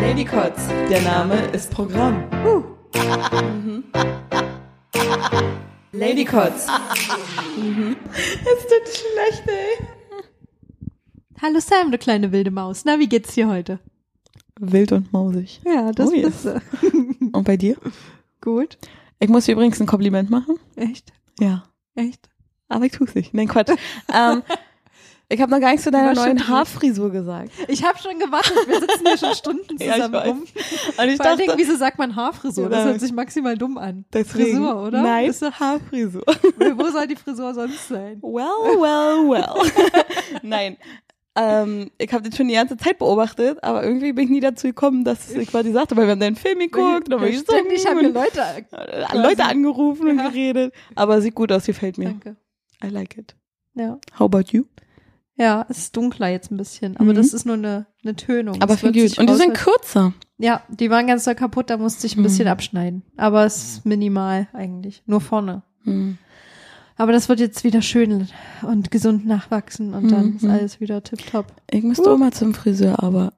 Lady Kotz, der Name ist Programm. Uh. Lady Kotz. Es tut schlecht, ey. Hallo Sam, du kleine wilde Maus. Na, wie geht's dir heute? Wild und mausig. Ja, das Oh, yes. bist du. Und bei dir? Gut. Ich muss dir übrigens ein Kompliment machen. Echt? Ja. Echt? Aber ich tu's nicht. Nein, Quatsch. ähm, ich habe noch gar nichts zu deiner Du warst schon neuen drin. Haarfrisur gesagt. Ich habe schon gewartet. Wir sitzen hier schon Stunden Ja, ich zusammen weiß. rum. Und ich Vor allen Dingen, dachte, wieso sagt man Haarfrisur? Das Ja. hört sich maximal dumm an. deswegen. Frisur, oder? Nein, Ist doch- Haarfrisur. Wo soll die Frisur sonst sein? Well, well, well. Nein. Ähm, ich habe den schon die ganze Zeit beobachtet, aber irgendwie bin ich nie dazu gekommen, dass ich quasi sagte, weil wir haben deinen Film geguckt und haben Ja, Ständig haben wir gesungen Leute. und Äh, Leute angerufen und Ja. geredet. Aber sieht gut aus, gefällt mir. Danke. I like it. Ja. How about you? ja, es ist dunkler jetzt ein bisschen, aber Mhm. das ist nur eine, eine Tönung. Aber Es viel wird gut. sich Und die sind raus- kürzer. Ja, die waren ganz doll kaputt, da musste ich ein Mhm. bisschen abschneiden. Aber es ist minimal eigentlich. Nur vorne. Hm. Aber das wird jetzt wieder schön und gesund nachwachsen und dann ist Mhm. alles wieder tipptopp. Ich müsste auch mal zum Friseur, aber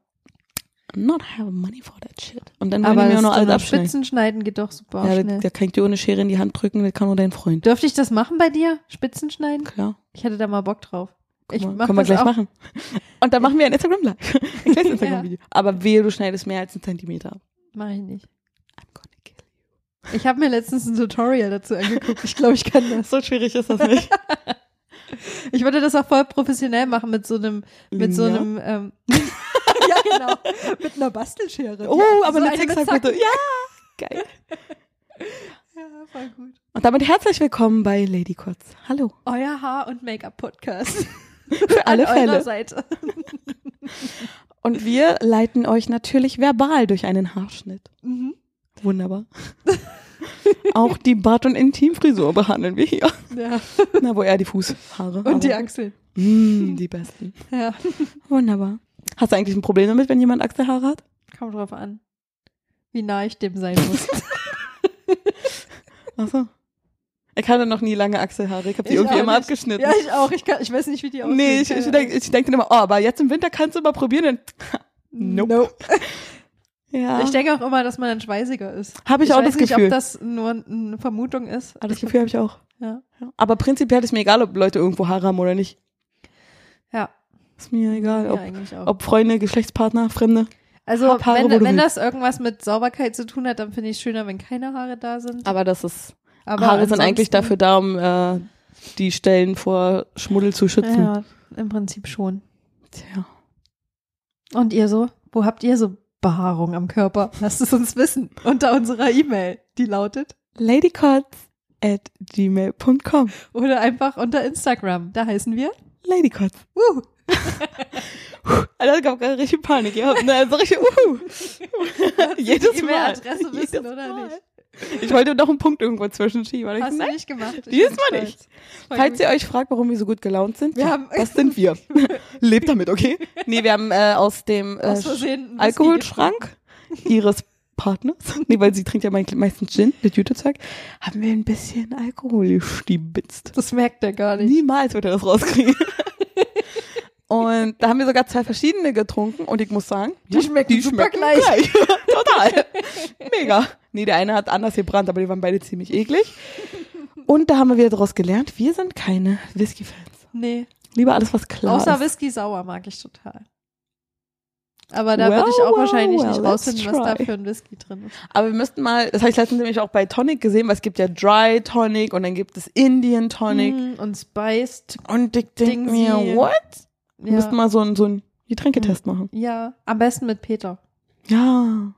not have money for that shit. Und dann Aber wollen die mir das auch noch alles Donner- abschneiden. Spitzen schneiden geht doch super Ja, da, schnell. da kann ich dir ohne Schere in die Hand drücken, das kann nur dein Freund. Dürfte ich das machen bei dir? Spitzen schneiden? Klar. Ich hätte da mal Bock drauf. Guck ich mal, mach können wir das gleich auch. machen. Und dann machen wir ein Instagram Live. Ein kleines Instagram Video. Aber wehe, du schneidest mehr als einen Zentimeter ab. Mach ich nicht. I'm gonna kill you. Ich habe mir letztens ein Tutorial dazu angeguckt. Ich glaube, ich kann das. So schwierig ist das nicht. Ich würde das auch voll professionell machen mit so einem, mit so Linear? einem, ähm, ja genau, mit einer Bastelschere. Oh, Ja, aber so eine Zickzack mit Zacken. bitte. Ja, geil. Ja, voll gut. Und damit herzlich willkommen bei Lady Kotz. Hallo. Euer Haar- und Make-up-Podcast. Für alle An eurer Fälle. Seite. Und wir leiten euch natürlich verbal durch einen Haarschnitt. Mhm. Wunderbar. Auch die Bart- und Intimfrisur behandeln wir hier. Ja. Na, wo eher die Fußhaare. aber- Und die Achseln. Mm, die besten. Ja. Wunderbar. Hast du eigentlich ein Problem damit, wenn jemand Achselhaare hat? Kommt drauf an, wie nah ich dem sein muss. Ach so. Ich hatte noch nie lange Achselhaare. Ich habe die Ich irgendwie auch immer nicht. abgeschnitten. ja, ich auch. Ich, kann, ich weiß nicht, wie die aussehen. nee, ich, ich Keine denke ich denk dann immer, oh, aber jetzt im Winter kannst du mal probieren. Ahnung. Nope. Nope. Ja. Ich denke auch immer, dass man dann schweißiger ist. Habe ich, auch weiß das nicht, Gefühl. ob das nur eine Vermutung ist. Ah, das Gefühl habe ich auch. Ja. Aber prinzipiell ist mir egal, ob Leute irgendwo Haare haben oder nicht. Ja, Ist mir egal, ja ob, eigentlich auch. ob Freunde, Geschlechtspartner, Fremde. also Haare, wenn, wo du wenn das willst. irgendwas mit Sauberkeit zu tun hat, dann finde ich es schöner, wenn keine Haare da sind. Aber das ist. Aber Haare sind eigentlich dafür ansonsten- da, um äh, die Stellen vor Schmuddel zu schützen. Ja, im Prinzip schon. Tja. Und ihr so? Wo habt ihr so Behaarung am Körper? Lasst es uns wissen. Unter unserer E-Mail, die lautet. Ladycots at gmail.com. Oder einfach unter Instagram. Da heißen wir. Ladycots. Uh, Alter, Also, es gab gerade richtig Panik. Ihr habt ne, also richtig, uhu. Jedes die Mal. E-Mail-Adresse Jedes wissen oder Mal. nicht? Ich wollte noch einen Punkt irgendwo zwischenschieben. aber ich- Hast du Nein. nicht gemacht. Ich Dieses bin Mal stolz. Voll Falls gut. ihr euch fragt, warum wir so gut gelaunt sind, Wir ja, haben- das sind wir. Lebt damit, okay? Nee, wir haben äh, aus dem äh, Aus Versehen ein Alkoholschrank ihres Partners, nee, weil sie trinkt ja mei- meistens Gin, das Jutezeug, haben wir ein bisschen Alkohol gestiebitzt. Das merkt er gar nicht. Niemals wird er das rauskriegen. Und da haben wir sogar zwei verschiedene getrunken und ich muss sagen, Die schmecken super gleich. Total. Mega. Nee, der eine hat anders gebrannt, aber die waren beide ziemlich eklig. Und da haben wir wieder daraus gelernt, wir sind keine Whisky-Fans. Nee. Lieber alles, was klar Außer ist. Whisky sauer mag ich total. Aber da Well, würde ich auch well, wahrscheinlich well, nicht let's rausfinden, was da try. für ein Whisky drin ist. Aber wir müssten mal, das habe ich letztens nämlich auch bei Tonic gesehen, weil es gibt ja Dry Tonic und dann gibt es Indian Tonic. Mm, Und spiced. Und ich denke Dingsi. mir, what? Wir Ja. Mhm. müssten mal so einen so ein Getränketest machen. ja, am besten mit Peter. Ja.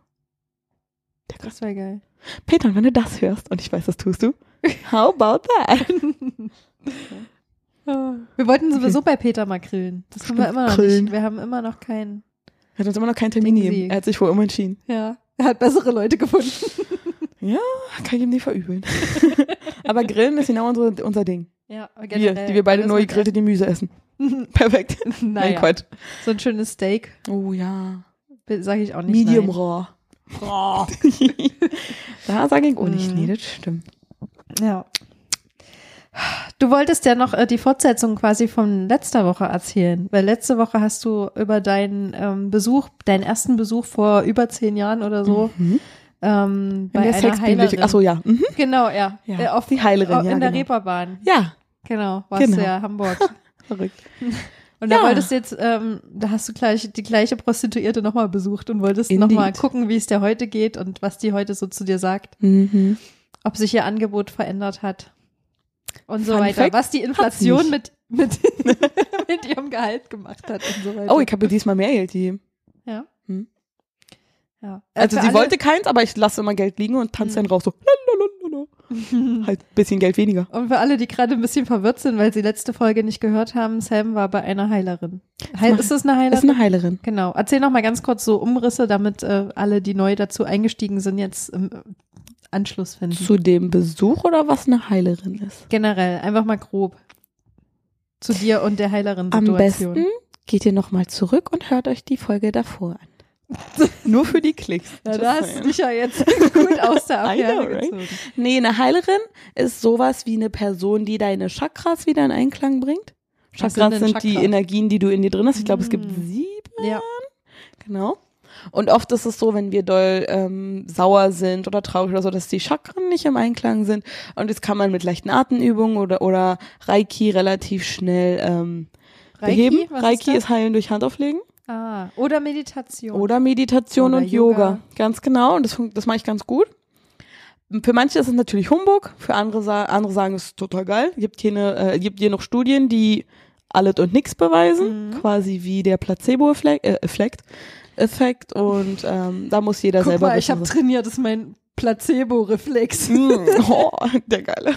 Der Das wäre geil. Peter, und wenn du das hörst, und ich weiß, das tust du, how about that? Wir wollten sowieso bei Peter mal grillen. Das haben wir Stimmt, immer noch grillen. nicht. Wir haben immer noch keinen. Er hat uns immer noch keinen Termin Dingsi. gegeben. Er hat sich wohl umentschieden. Ja, er hat bessere Leute gefunden. Kann ich ihm nicht verübeln. Aber Grillen ist genau unsere, unser Ding. Ja, Wir, die wir beide nur gegrillte Gemüse essen. Perfekt. Nein, Naja, Quatsch. so ein schönes Steak Oh ja. sage ich auch nicht. Medium nein. raw. da sage ich, oh nicht, Mhm. nee, das stimmt. Ja. Du wolltest ja noch äh, die Fortsetzung quasi von letzter Woche erzählen, weil letzte Woche hast du über deinen ähm, Besuch, deinen ersten Besuch vor über zehn Jahren oder so ähm, bei Mhm. In einer der Heilerin. Sexbibliothek. Ach so, ja. Mhm. Genau, ja. Ja, Äh, auf die Heilerin, au- ja, in der genau. Reeperbahn. Ja, Genau, warst Genau. du ja Hamburg. verrückt. Und da Ja. wolltest du jetzt, ähm, da hast du gleich die gleiche Prostituierte nochmal besucht und wolltest Indeed. nochmal gucken, wie es dir heute geht und was die heute so zu dir sagt, Mhm. ob sich ihr Angebot verändert hat und so Fun weiter. Fact, was die Inflation mit, nicht. mit, mit ihrem Gehalt gemacht hat und so weiter. Oh, ich habe diesmal mehr Geld gegeben. ja. Hm. ja. Äh, Also für alle- sie Hm. wollte keins, aber ich lasse immer Geld liegen und tanze dann raus so. lalalala. Halt ein bisschen Geld weniger. Und für alle, die gerade ein bisschen verwirrt sind, weil sie letzte Folge nicht gehört haben, Sam war bei einer Heilerin. Heil, ist das eine Heilerin? Ist eine Heilerin. Genau. Erzähl noch mal ganz kurz so Umrisse, damit äh, alle, die neu dazu eingestiegen sind, jetzt ähm, Anschluss finden. Zu dem Besuch oder was eine Heilerin ist? Generell, einfach mal grob. Zu dir und der heileren Am Situation. besten geht ihr nochmal zurück und hört euch die Folge davor an. Nur für die Klicks. Ja, da hast Just du saying. dich ja jetzt gut aus der I know, Affäre right? gezogen. Nee, eine Heilerin ist sowas wie eine Person, die deine Chakras wieder in Einklang bringt. Was Chakras sind denn sind, die Chakras? Energien, die du in dir drin hast. Ich glaube, es gibt Hm. sieben. Ja. Genau. Und oft ist es so, wenn wir doll ähm, sauer sind oder traurig oder so, dass die Chakren nicht im Einklang sind. Und das kann man mit leichten Atemübungen oder, oder Reiki relativ schnell ähm, beheben. was Reiki das? ist, Heilen durch Handauflegen. ah, oder Meditation. Oder Meditation Oder und Yoga. Yoga. Ganz genau. Und das, fun- das mache ich ganz gut. Für manche ist es natürlich Humbug, für andere, sa andere sagen, es ist total geil. Gibt hier, ne, äh, gibt hier noch Studien, die alles und nichts Mhm. beweisen, quasi wie der Placebo-Effekt äh, Effekt, Effekt. und ähm, da muss jeder Guck selber mal, ich wissen. habe trainiert, das ist mein Placebo-Reflex. Mm, oh, der Geile.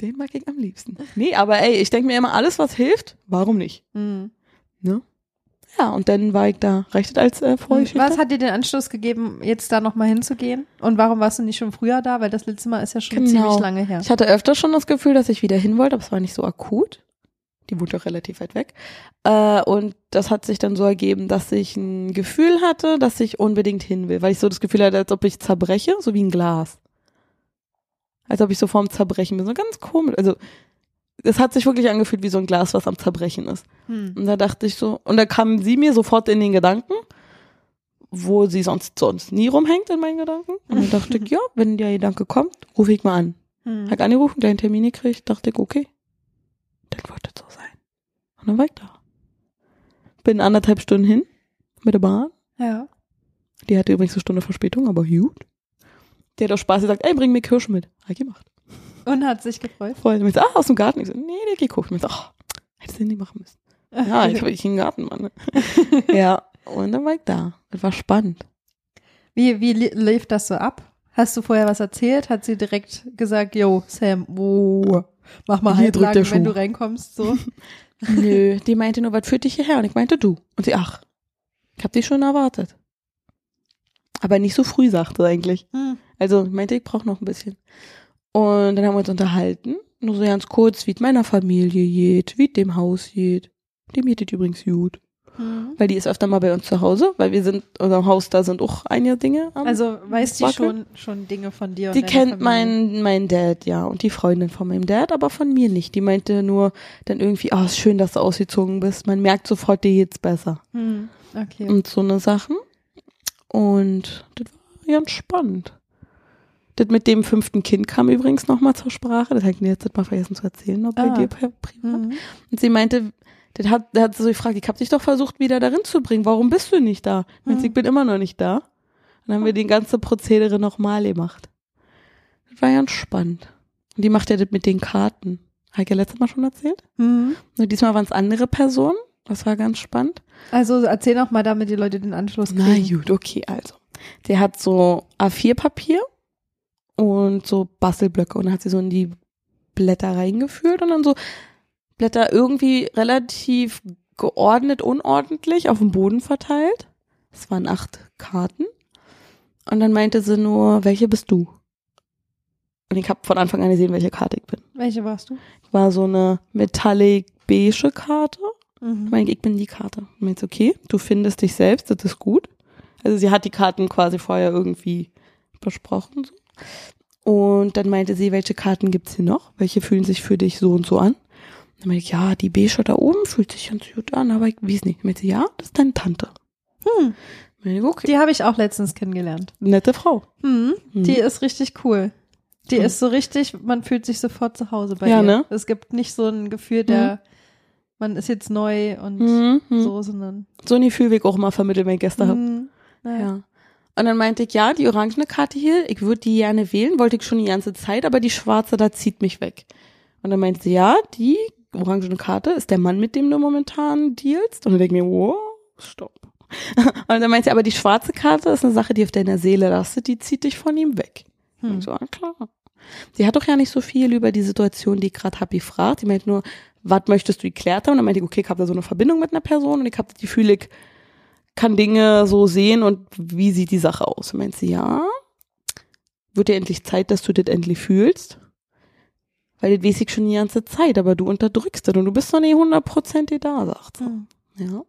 Den mag ich am liebsten. Nee, aber ey, ich denke mir immer, alles was hilft, warum nicht? Mhm. Ne? Ja, und dann war ich da rechtet als äh, Vorgeschichte. Hm. Was hat dir den Anschluss gegeben, jetzt da nochmal hinzugehen? Und warum warst du nicht schon früher da? Weil das letzte Mal ist ja schon Genau. ziemlich lange her. Ich hatte öfter schon das Gefühl, dass ich wieder hin wollte, aber es war nicht so akut. Die wohnt doch relativ weit weg. Äh, und das hat sich dann so ergeben, dass ich ein Gefühl hatte, dass ich unbedingt hin will, weil ich so das Gefühl hatte, als ob ich zerbreche, so wie ein Glas. Als ob ich so vorm Zerbrechen bin. So ganz komisch. Also, es hat sich wirklich angefühlt wie so ein Glas, was am Zerbrechen ist. Hm. Und da dachte ich so, und da kam sie mir sofort in den Gedanken, wo sie sonst, sonst nie rumhängt in meinen Gedanken. Und dann dachte ich, ja, wenn der Gedanke kommt, rufe ich mal an. Hm. Hat angerufen, gleich einen Termin gekriegt, dachte ich, okay, dann wird es so sein. Und dann war ich da. Bin anderthalb Stunden hin mit der Bahn. Ja. Die hatte übrigens eine Stunde Verspätung, aber gut. Die hat auch Spaß gesagt, ey, bring mir Kirschen mit. Hat gemacht. Und hat sich gefreut. Voll. Und ich so, ah, aus dem Garten. Ich so, nee, der geguckt. Und ich so, oh, ach, hättest du den nicht machen müssen. Ja, ich habe ich einen Garten, Mann. Ne? ja, und dann war ich da. Das war spannend. Wie, wie li- lief das so ab? Hast du vorher was erzählt? Hat sie direkt gesagt, yo, Sam, oh, mach mal Hier Halblagen, drückt der wenn Schuh. du reinkommst, so. Nö, die meinte nur, was führt dich hierher? Und ich meinte, du. Und sie, ach, ich hab dich schon erwartet. Aber nicht so früh, sagte sie eigentlich. Hm. Also ich meinte, ich brauche noch ein bisschen. Und dann haben wir uns unterhalten, nur so ganz kurz, wie es meiner Familie geht, wie es dem Haus geht. Dem geht es übrigens gut. Hm. Weil die ist öfter mal bei uns zu Hause, weil wir sind, unserem Haus da sind auch einige Dinge. Am Also weiß die Wackeln. schon, schon Dinge von dir. und Die deiner kennt Familie. meinen mein Dad, ja, und die Freundin von meinem Dad, aber von mir nicht. Die meinte nur dann irgendwie, ah, ist schön, dass du ausgezogen bist. Man merkt sofort, dir geht's besser. Hm. Okay. Und so eine Sachen. Und das war ganz spannend. Das mit dem fünften Kind kam übrigens nochmal zur Sprache. Das hätten wir jetzt mal vergessen zu erzählen, noch bei Ah. dir pri- privat. Hm. Und sie meinte, das hat, da hat sie so gefragt, ich habe dich doch versucht, wieder darin zu bringen. Warum bist du nicht da? Ich meinte, Hm. Ich bin immer noch nicht da. Dann haben wir den ganzen Prozedere nochmal gemacht. Das war ganz spannend. Und die macht ja das mit den Karten. Habe ich ja letztes Mal schon erzählt. Hm. Nur diesmal waren es andere Personen. Das war ganz spannend. Also erzähl noch mal, damit die Leute den Anschluss kriegen. Na gut, okay, also. Der hat so A4-Papier und so Bastelblöcke und hat sie so in die Blätter reingeführt und dann so Blätter irgendwie relativ geordnet, unordentlich auf dem Boden verteilt. Es waren acht Karten. Und dann meinte sie nur, welche bist du? Und ich habe von Anfang an gesehen, welche Karte ich bin. Welche warst du? War so eine metallic beige Karte. Ich Mhm. meine, ich bin die Karte. Und jetzt, okay, du findest dich selbst, das ist gut. Also sie hat die Karten quasi vorher irgendwie besprochen. So. Und dann meinte sie, welche Karten gibt's hier noch? Welche fühlen sich für dich so und so an? Dann meinte ich, ja, die Beige da oben fühlt sich ganz gut an, aber ich weiß nicht. Dann meinte sie, ja, das ist deine Tante. Hm. Dann meinte ich, okay, Die habe ich auch letztens kennengelernt. nette Frau. Hm, Hm. Die ist richtig cool. Die Hm. ist so richtig, man fühlt sich sofort zu Hause bei Ja, ihr. ne? Es gibt nicht so ein Gefühl, der man ist jetzt neu und Mhm. So. so, sondern so ein Gefühl, wie ich auch immer vermittelt meine Gäste habe. Hm, naja. Ja. Und dann meinte ich, ja, die orangene Karte hier, ich würde die gerne wählen, wollte ich schon die ganze Zeit, aber die schwarze, da zieht mich weg. Und dann meinte sie, ja, die orangene Karte ist der Mann, mit dem du momentan dealst. Und dann denke ich mir, wow, stopp. Und dann meinte sie, aber die schwarze Karte ist eine Sache, die auf deiner Seele lastet, die zieht dich von ihm weg. Und Hm. ich so, ah, klar. Sie hat doch ja nicht so viel über die Situation, die ich gerade habe, gefragt. Die meinte nur, was möchtest du geklärt haben? Und dann meinte ich, okay, ich habe da so eine Verbindung mit einer Person und ich habe das Gefühl, ich kann Dinge so sehen und wie sieht die Sache aus? Und meint sie, ja, wird dir endlich Zeit, dass du das endlich fühlst? Weil das weiß ich schon die ganze Zeit, aber du unterdrückst das und du bist noch nicht hundertprozentig da, sagt sie. Hm. Ja.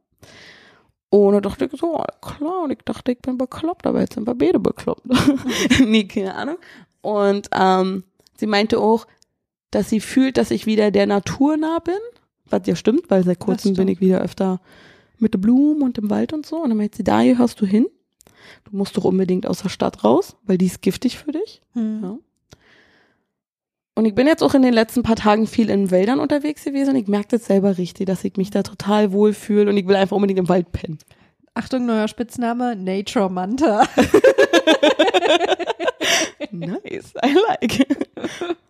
Und dann dachte ich so, ah, klar, und ich dachte, ich bin bekloppt, aber jetzt sind wir beide bekloppt. nee, keine Ahnung. Und ähm, sie meinte auch, dass sie fühlt, dass ich wieder der Natur nah bin, was ja stimmt, weil seit kurzem bin stimmt. ich wieder öfter mit den Blumen und im Wald und so. Und dann meinte sie, da hörst du hin. Du musst doch unbedingt aus der Stadt raus, weil die ist giftig für dich. Hm. Ja. Und ich bin jetzt auch in den letzten paar Tagen viel in Wäldern unterwegs gewesen und ich merke das selber richtig, dass ich mich da total wohl fühle und ich will einfach unbedingt im Wald pennen. Achtung, neuer Spitzname, Nature Manta. Nice, I like.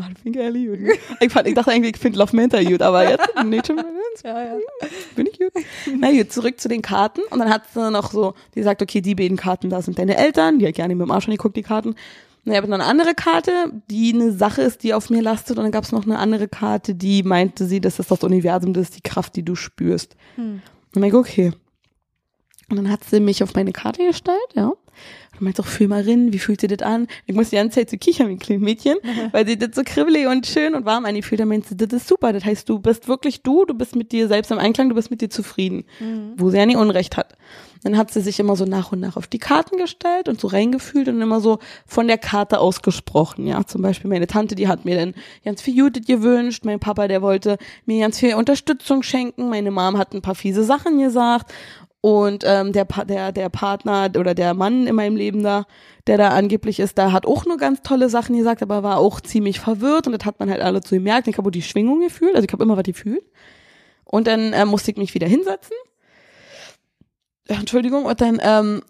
Ah, das finde ich ehrlich gut. Ich, fand, ich dachte eigentlich, ich finde Love Mentor gut, aber jetzt Nature Balance ja, ja. bin ich gut. Na gut, zurück zu den Karten und dann hat sie noch so, die sagt, okay, die beiden Karten, da sind deine Eltern, die hat gerne mit dem Arsch angeguckt, die Karten. Na, ich habe noch eine andere Karte, die eine Sache ist, die auf mir lastet. Und dann gab es noch eine andere Karte, die meinte sie, dass das das Universum ist, die Kraft, die du spürst. Hm. Und dann ich, okay. Und dann hat sie mich auf meine Karte gestellt, ja. Und meinte auch, fühl mal rein, wie fühlt ihr das an? Ich muss die ganze Zeit so kichern wie ein kleines Mädchen, weil sie das so kribbelig und schön und warm angefühlt hat. Und meinte, sie, das ist super, das heißt, du bist wirklich du, du bist mit dir selbst im Einklang, du bist mit dir zufrieden. Wo sie ja nie Unrecht hat. Dann hat sie sich immer so nach und nach auf die Karten gestellt und so reingefühlt und immer so von der Karte ausgesprochen, ja. Zum Beispiel meine Tante, die hat mir dann ganz viel Judith gewünscht, mein Papa, der wollte mir ganz viel Unterstützung schenken, meine Mom hat ein paar fiese Sachen gesagt und ähm, der, Pa- der, der Partner oder der Mann in meinem Leben da, der da angeblich ist, da hat auch nur ganz tolle Sachen gesagt, aber war auch ziemlich verwirrt und das hat man halt alle zu gemerkt. Ich habe auch die Schwingung gefühlt, also ich habe immer was gefühlt. Und dann äh, musste ich mich wieder hinsetzen. Äh, Entschuldigung, und dann ähm,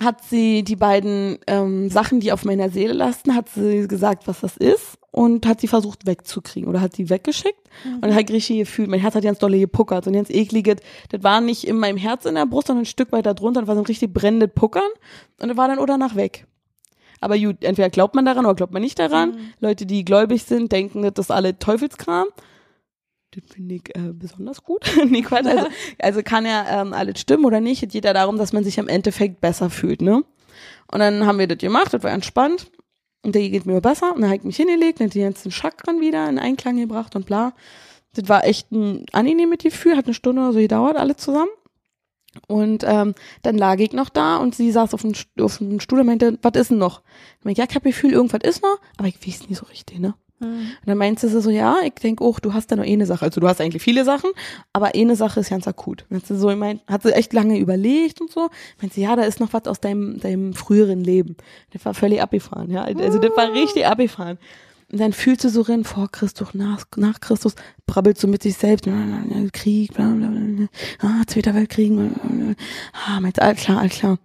hat sie die beiden ähm, Sachen, die auf meiner Seele lasten, hat sie gesagt, was das ist und hat sie versucht wegzukriegen oder hat sie weggeschickt. Und dann hat richtig gefühlt, mein Herz hat ganz dolle gepuckert und ganz ekliges, das war nicht in meinem Herz in der Brust, sondern ein Stück weiter drunter, das war so ein richtig brennendes Puckern und das war dann oder nach weg. Aber gut, entweder glaubt man daran oder glaubt man nicht daran. Leute, die gläubig sind, denken, das ist alle Teufelskram. Das finde ich äh, besonders gut. nee, Quatsch. Also, also kann ja ähm, alles stimmen oder nicht. Es geht ja darum, dass man sich im Endeffekt besser fühlt, ne? Und dann haben wir das gemacht, das war entspannt. Und der geht mir besser. Und dann habe ich mich hingelegt, dann hat die ganzen Chakren wieder in Einklang gebracht und bla. Das war echt ein angenehmes Gefühl, hat eine Stunde oder so gedauert, alle zusammen. Und ähm, dann lag ich noch da und sie saß auf dem, St- auf dem Stuhl und meinte, was ist denn noch? Ich meinte, ja, ich habe Gefühl, irgendwas ist noch, aber ich weiß nicht so richtig, ne? Hm. Und dann meinte sie so, ja, ich denk auch, du hast da noch eh eine Sache. Also du hast eigentlich viele Sachen, aber eh eine Sache ist ganz akut. Und hat sie so, gemeint, hat sie echt lange überlegt und so. Meinte sie, ja, da ist noch was aus deinem, deinem früheren Leben. Das war völlig abgefahren, ja. Also das war richtig abgefahren. Und dann fühlt sie so rein, vor Christus, nach, nach Christus, brabbelt so mit sich selbst, Krieg, bla, bla, bla, ah, Zweiter Weltkrieg, bla, bla, bla. ah, meint, all klar, all klar.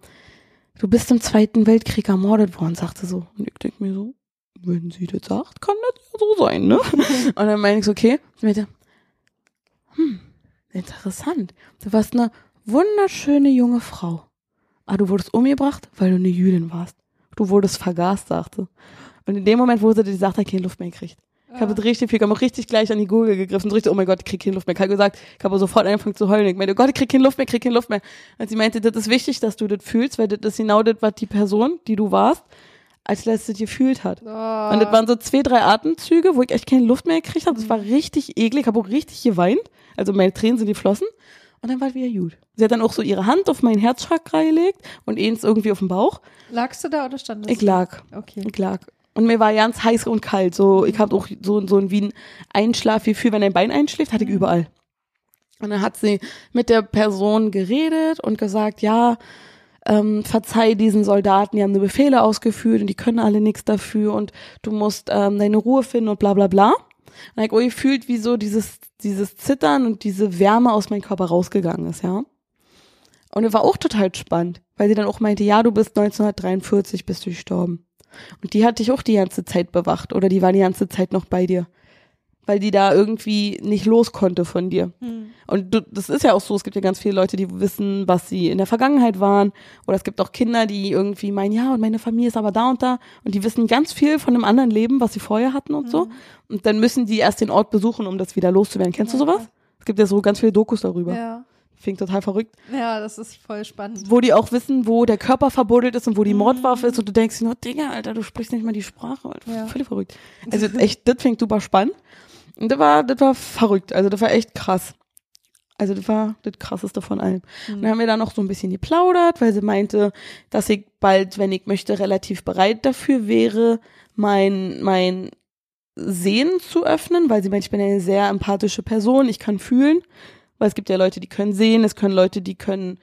Du bist im Zweiten Weltkrieg ermordet worden, sagte so. Und ich denk mir so, wenn sie das sagt, kann das ja so sein, ne? Und dann meine ich so, okay. Sie meinte, hm, interessant. Du warst eine wunderschöne junge Frau. Aber du wurdest umgebracht, weil du eine Jüdin warst. Du wurdest vergast, sagte. Und in dem Moment, wo sie das sagt, hat keine Luft mehr gekriegt. Ich Ah. habe richtig viel, ich habe richtig gleich an die Gurgel gegriffen, so richtig, oh mein Gott, ich krieg keine Luft mehr. Ich habe gesagt, ich habe sofort angefangen zu heulen. Ich meinte, oh Gott, ich krieg keine Luft mehr, ich krieg keine Luft mehr. Und sie meinte, das ist wichtig, dass du das fühlst, weil das ist genau das, was die Person, die du warst, als letztes gefühlt hat. Oh. Und das waren so zwei, drei Atemzüge, wo ich echt keine Luft mehr gekriegt habe. Das war richtig eklig. Ich habe auch richtig geweint. Also meine Tränen sind geflossen. Und dann war es wieder gut. Sie hat dann auch so ihre Hand auf meinen Herzchakra gelegt und eins irgendwie auf den Bauch. Lagst du da oder standest Ich lag. du? Okay. Ich lag. Und mir war ganz heiß und kalt. So, ich habe auch so, so ein wie ein Einschlafgefühl, wenn dein Bein einschläft, hatte ich überall. Und dann hat sie mit der Person geredet und gesagt, ja, ähm, verzeih diesen Soldaten, die haben nur Befehle ausgeführt und die können alle nichts dafür und du musst ähm, deine Ruhe finden und bla bla bla. Und ich hab auch gefühlt, wie so dieses, dieses Zittern und diese Wärme aus meinem Körper rausgegangen ist, ja. Und es war auch total spannend, weil sie dann auch meinte, ja, du bist 1943, bist du gestorben. Und die hatte ich auch die ganze Zeit bewacht oder die war die ganze Zeit noch bei dir. Weil die da irgendwie nicht los konnte von dir. Hm. Und du, das ist ja auch so, es gibt ja ganz viele Leute, die wissen, was sie in der Vergangenheit waren. Oder es gibt auch Kinder, die irgendwie meinen, ja, und meine Familie ist aber da und da. Und die wissen ganz viel von einem anderen Leben, was sie vorher hatten und Mhm. so. Und dann müssen die erst den Ort besuchen, um das wieder loszuwerden. Kennst du Ja. sowas? Es gibt ja so ganz viele Dokus darüber. Ja. Fing total verrückt. ja, das ist voll spannend. Wo die auch wissen, wo der Körper verbuddelt ist und wo die Mordwaffe ist. Und du denkst dir nur, Digga, Alter, du sprichst nicht mal die Sprache. Alter. Ja. Völlig verrückt. Also echt, das fing super spannend. Und das war, das war verrückt. Also das war echt krass. Also das war das krasseste von allem. Und dann haben wir da noch so ein bisschen geplaudert, weil sie meinte, dass ich bald, wenn ich möchte, relativ bereit dafür wäre, mein, mein Sehen zu öffnen, weil sie meint, ich bin eine sehr empathische Person, ich kann fühlen. Weil es gibt ja Leute, die können sehen, es können Leute, die können,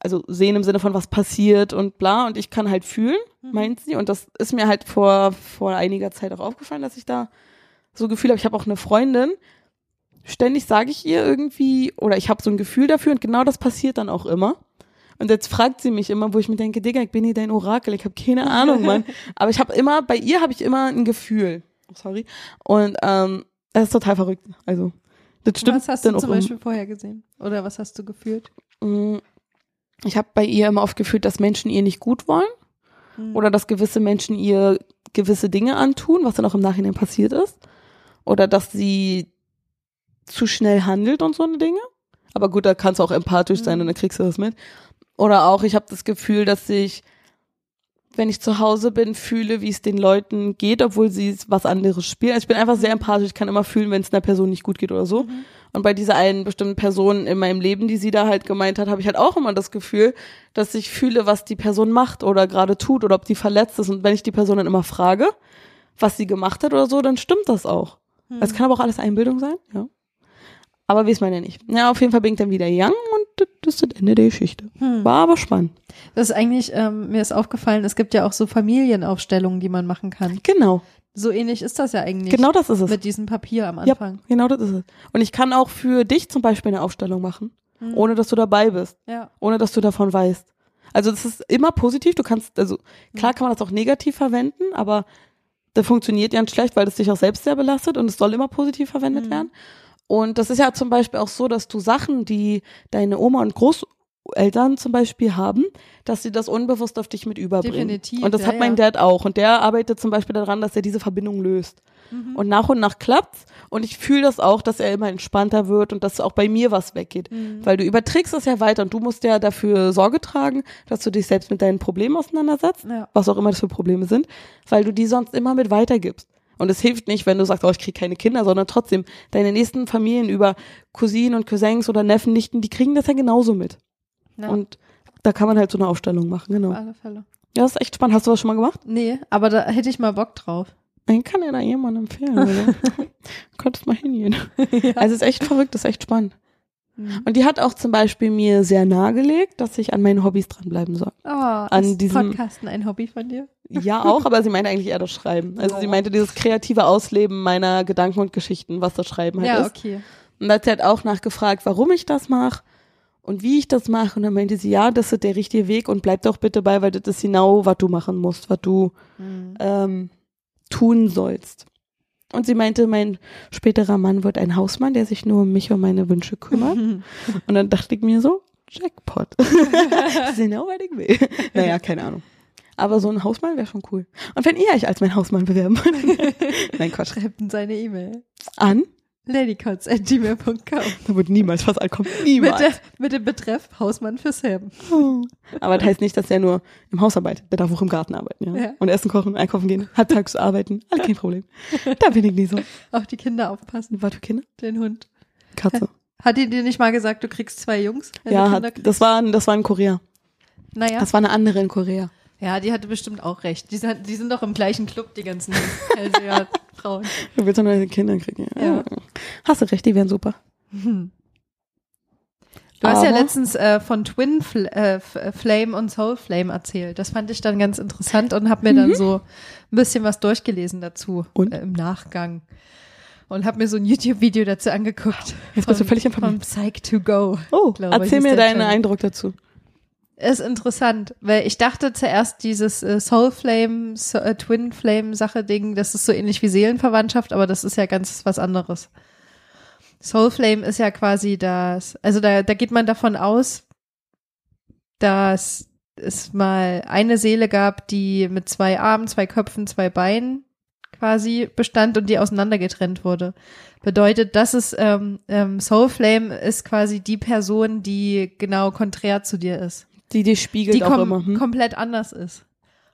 also sehen im Sinne von was passiert und bla, und ich kann halt fühlen, Mhm. meint sie. Und das ist mir halt vor, vor einiger Zeit auch aufgefallen, dass ich da so Gefühl habe. Ich habe auch eine Freundin, ständig sage ich ihr irgendwie, oder ich habe so ein Gefühl dafür und genau das passiert dann auch immer. Und jetzt fragt sie mich immer, wo ich mir denke, Digga, ich bin hier dein Orakel, ich habe keine Ahnung, Mann. Aber ich habe immer, bei ihr habe ich immer ein Gefühl. Oh, sorry. Und ähm, das ist total verrückt. Also, das stimmt was hast dann du auch um- zum immer. Beispiel vorher gesehen? Oder was hast du gefühlt? Mm, Ich habe bei ihr immer oft gefühlt, dass Menschen ihr nicht gut wollen Hm. oder dass gewisse Menschen ihr gewisse Dinge antun, was dann auch im Nachhinein passiert ist. Oder dass sie zu schnell handelt und so eine Dinge. Aber gut, da kannst du auch empathisch sein Mhm. und dann kriegst du das mit. Oder auch, ich habe das Gefühl, dass ich, wenn ich zu Hause bin, fühle, wie es den Leuten geht, obwohl sie was anderes spielen. Also ich bin einfach sehr empathisch, ich kann immer fühlen, wenn es einer Person nicht gut geht oder so. Mhm. Und bei dieser einen bestimmten Person in meinem Leben, die sie da halt gemeint hat, habe ich halt auch immer das Gefühl, dass ich fühle, was die Person macht oder gerade tut oder ob die verletzt ist. Und wenn ich die Person dann immer frage, was sie gemacht hat oder so, dann stimmt das auch. Also Es kann aber auch alles Einbildung sein, ja. Aber weiß man ja nicht. Ja, auf jeden Fall bin ich dann wieder young und das- das ist das Ende der Geschichte. Hm. War aber spannend. Das ist eigentlich, ähm, mir ist aufgefallen, es gibt ja auch so Familienaufstellungen, die man machen kann. Genau, So ähnlich ist das ja eigentlich. genau das ist es. Mit diesem Papier am Ja. Anfang. Genau das ist es. Und ich kann auch für dich zum Beispiel eine Aufstellung machen, Hm. ohne dass du dabei bist. Ja. ohne dass du davon weißt. Also das ist immer positiv, du kannst, also klar kann man das auch negativ verwenden, aber das funktioniert ganz schlecht, weil das dich auch selbst sehr belastet und es soll immer positiv verwendet Mhm. werden. Und das ist ja zum Beispiel auch so, dass du Sachen, die deine Oma und Großeltern zum Beispiel haben, dass sie das unbewusst auf dich mit überbringen. Definitiv, und das ja, hat mein Dad auch. Und der arbeitet zum Beispiel daran, dass er diese Verbindung löst. Mhm. Und nach und nach klappt's. Und ich fühle das auch, dass er immer entspannter wird und dass auch bei mir was weggeht. Mhm. Weil du überträgst das ja weiter und du musst ja dafür Sorge tragen, dass du dich selbst mit deinen Problemen auseinandersetzt, Ja. was auch immer das für Probleme sind, weil du die sonst immer mit weitergibst. Und es hilft nicht, wenn du sagst, oh, ich kriege keine Kinder, sondern trotzdem, deine nächsten Familien über Cousinen und Cousins oder Neffen, Nichten, die kriegen das ja genauso mit. Ja, Und da kann man halt so eine Aufstellung machen, genau. auf Ja, alle Fälle. das ist echt spannend. Hast du was schon mal gemacht? Nee, aber da hätte ich mal Bock drauf. Ich kann ja da jemandem empfehlen. Oder? Könntest mal hingehen. Also es ist echt verrückt, es ist echt spannend. Mhm. Und die hat auch zum Beispiel mir sehr nahegelegt, dass ich an meinen Hobbys dranbleiben soll. Oh, an ist diesem- Podcasten ein Hobby von dir? Ja, auch, aber sie meinte eigentlich eher das Schreiben. Also sie Oh. meinte dieses kreative Ausleben meiner Gedanken und Geschichten, was das Schreiben halt Ja, ist. okay. Und da hat sie halt auch nachgefragt, warum ich das mache und wie ich das mache. Und dann meinte sie, ja, das ist der richtige Weg und bleib doch bitte bei, weil das ist genau, was du machen musst, was du Mhm. ähm, tun sollst. Und sie meinte, mein späterer Mann wird ein Hausmann, der sich nur um mich und meine Wünsche kümmert. Und dann dachte ich mir so, Jackpot. Das ist genau, was ich will. Naja, keine Ahnung. Aber so ein Hausmann wäre schon cool. Und wenn ihr euch als mein Hausmann bewerben wollt, nein, Quatsch, Schreibt in seine E-Mail. an, ladycots.gmail.com da wird niemals was ankommen. mit, Niemals. der- mit dem Betreff Hausmann für Sam. Aber das heißt nicht, dass er nur im Haus arbeitet. Der darf auch im Garten arbeiten, ja. Ja. Und essen, kochen, einkaufen gehen, halbtags arbeiten. Alles kein Problem. Da bin ich nie so. Auf die Kinder aufpassen. War du Kinder? Den Hund. Katze. Hat die dir nicht mal gesagt, du kriegst zwei Jungs? wenn du ja, Kinder hat, das, war, das war in Korea. kriegst? Naja. Das war eine andere in Korea. Ja, die hatte bestimmt auch recht. Die, sind- die sind doch im gleichen Club, die ganzen also, ja, Frauen. Du willst doch nur deine Kinder kriegen. Ja. Hast du recht, die wären super. Du hast ja Aber- letztens äh, von Twin Fl äh, F- äh, Flame und Soul Flame erzählt. Das fand ich dann ganz interessant und habe mir dann so ein bisschen was durchgelesen dazu Und? Äh, im Nachgang. Und habe mir so ein YouTube-Video dazu angeguckt. Jetzt bist du völlig Von informiert. Psych to Go. Oh, glaube ich, erzähl ist mir der deinen Channel. Eindruck dazu. Ist interessant, weil ich dachte zuerst dieses äh, Soul Flame, so, äh, Twin Flame Sache Ding, das ist so ähnlich wie Seelenverwandtschaft, aber das ist ja ganz was anderes. Soul Flame ist ja quasi das, also da, da geht man davon aus, dass es mal eine Seele gab, die mit zwei Armen, zwei Köpfen, zwei Beinen quasi bestand und die auseinandergetrennt wurde. Bedeutet, dass es ähm, ähm, Soul Flame ist quasi die Person, die genau konträr zu dir ist Die dir spiegelt die auch kom immer. Hm? komplett anders ist.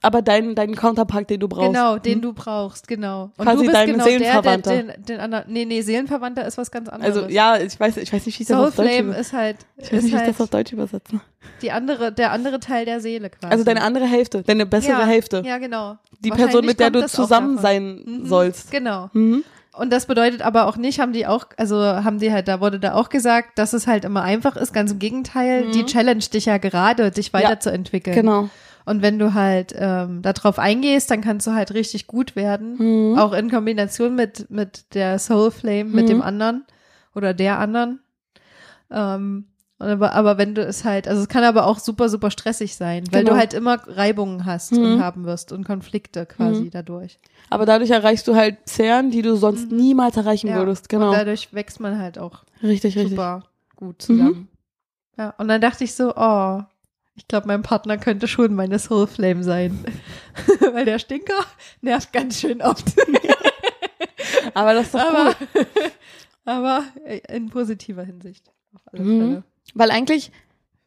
Aber deinen deinen Counterpart, den du brauchst. Genau, den Hm? du brauchst, genau. Und Quasi du bist dein genau der, der Seelenverwandter. den, den anderen. Nee, nee, Seelenverwandter ist was ganz anderes. Also ja, ich weiß, ich weiß nicht, wie ich das Soul auf Deutsch Flame über- ist halt, ist ich weiß nicht, wie ich halt das auf Deutsch übersetze. die andere, der andere Teil der Seele quasi. Also deine andere Hälfte, deine bessere ja, Hälfte. Ja, genau. Die Person, mit der du zusammen sein sein sollst. Genau. Mhm. Und das bedeutet aber auch nicht, haben die auch, also haben die halt, da wurde da auch gesagt, dass es halt immer einfach ist, ganz im Gegenteil, die challenge dich ja gerade, dich weiterzuentwickeln. Mhm. Genau. Und wenn du halt ähm, darauf eingehst, dann kannst du halt richtig gut werden. Mhm. Auch in Kombination mit, mit der Soul Flame, mit Mhm. dem anderen oder der anderen. Ähm, und aber, aber wenn du es halt, also es kann aber auch super, super stressig sein, weil Genau. du halt immer Reibungen hast und Mhm. haben wirst und Konflikte quasi Mhm. dadurch. Aber dadurch erreichst du halt Zern, die du sonst niemals erreichen Mhm. Ja. würdest. Genau. Und dadurch wächst man halt auch Richtig, richtig. Mhm. super gut zusammen. Ja, und dann dachte ich so, oh, ich glaube, mein Partner könnte schon meine Soul Flame sein. Weil der Stinker nervt ganz schön oft. Aber das ist doch aber, gut. aber äh, in positiver Hinsicht. Auf alle Mhm. Fälle. Weil eigentlich,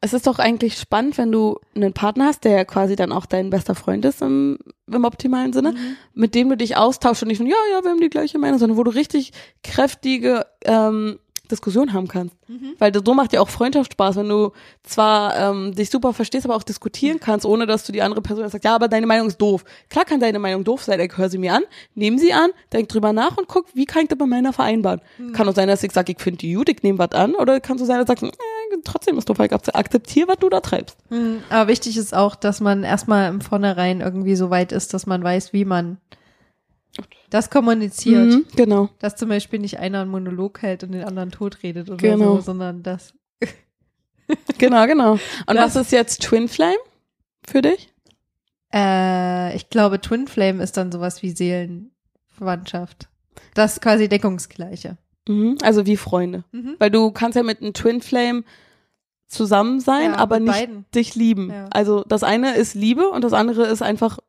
es ist doch eigentlich spannend, wenn du einen Partner hast, der ja quasi dann auch dein bester Freund ist im, im optimalen Sinne, mit dem du dich austauschst und nicht nur, ja, ja, wir haben die gleiche Meinung, sondern wo du richtig kräftige ähm, Diskussionen haben kannst. Weil das- so macht ja auch Freundschaft Spaß, wenn du zwar ähm, dich super verstehst, aber auch diskutieren kannst, ohne dass du die andere Person sagst, ja, aber deine Meinung ist doof. Klar kann deine Meinung doof sein, ich höre sie mir an, nehme sie an, denk drüber nach und guck, wie kann ich das bei meiner vereinbaren. Kann auch sein, dass ich sage, ich finde die gut, ich nehme was an, oder kann so sein, dass du sagst, äh, trotzdem ist doof, weil ich akzeptiere, was du da treibst. Mhm. Aber wichtig ist auch, dass man erstmal im Vornherein irgendwie so weit ist, dass man weiß, wie man das kommuniziert. Mhm, genau. Dass zum Beispiel nicht einer einen Monolog hält und den anderen tot redet oder Genau. so, sondern dass Genau, genau. Und Das- was ist jetzt Twin Flame für dich? Äh, ich glaube, Twin Flame ist dann sowas wie Seelenverwandtschaft. Das ist quasi deckungsgleiche. Mhm. Also wie Freunde. Mhm. Weil du kannst ja mit einem Twin Flame zusammen sein, Ja, aber mit nicht beiden. dich lieben. Ja. Also das eine ist Liebe und das andere ist einfach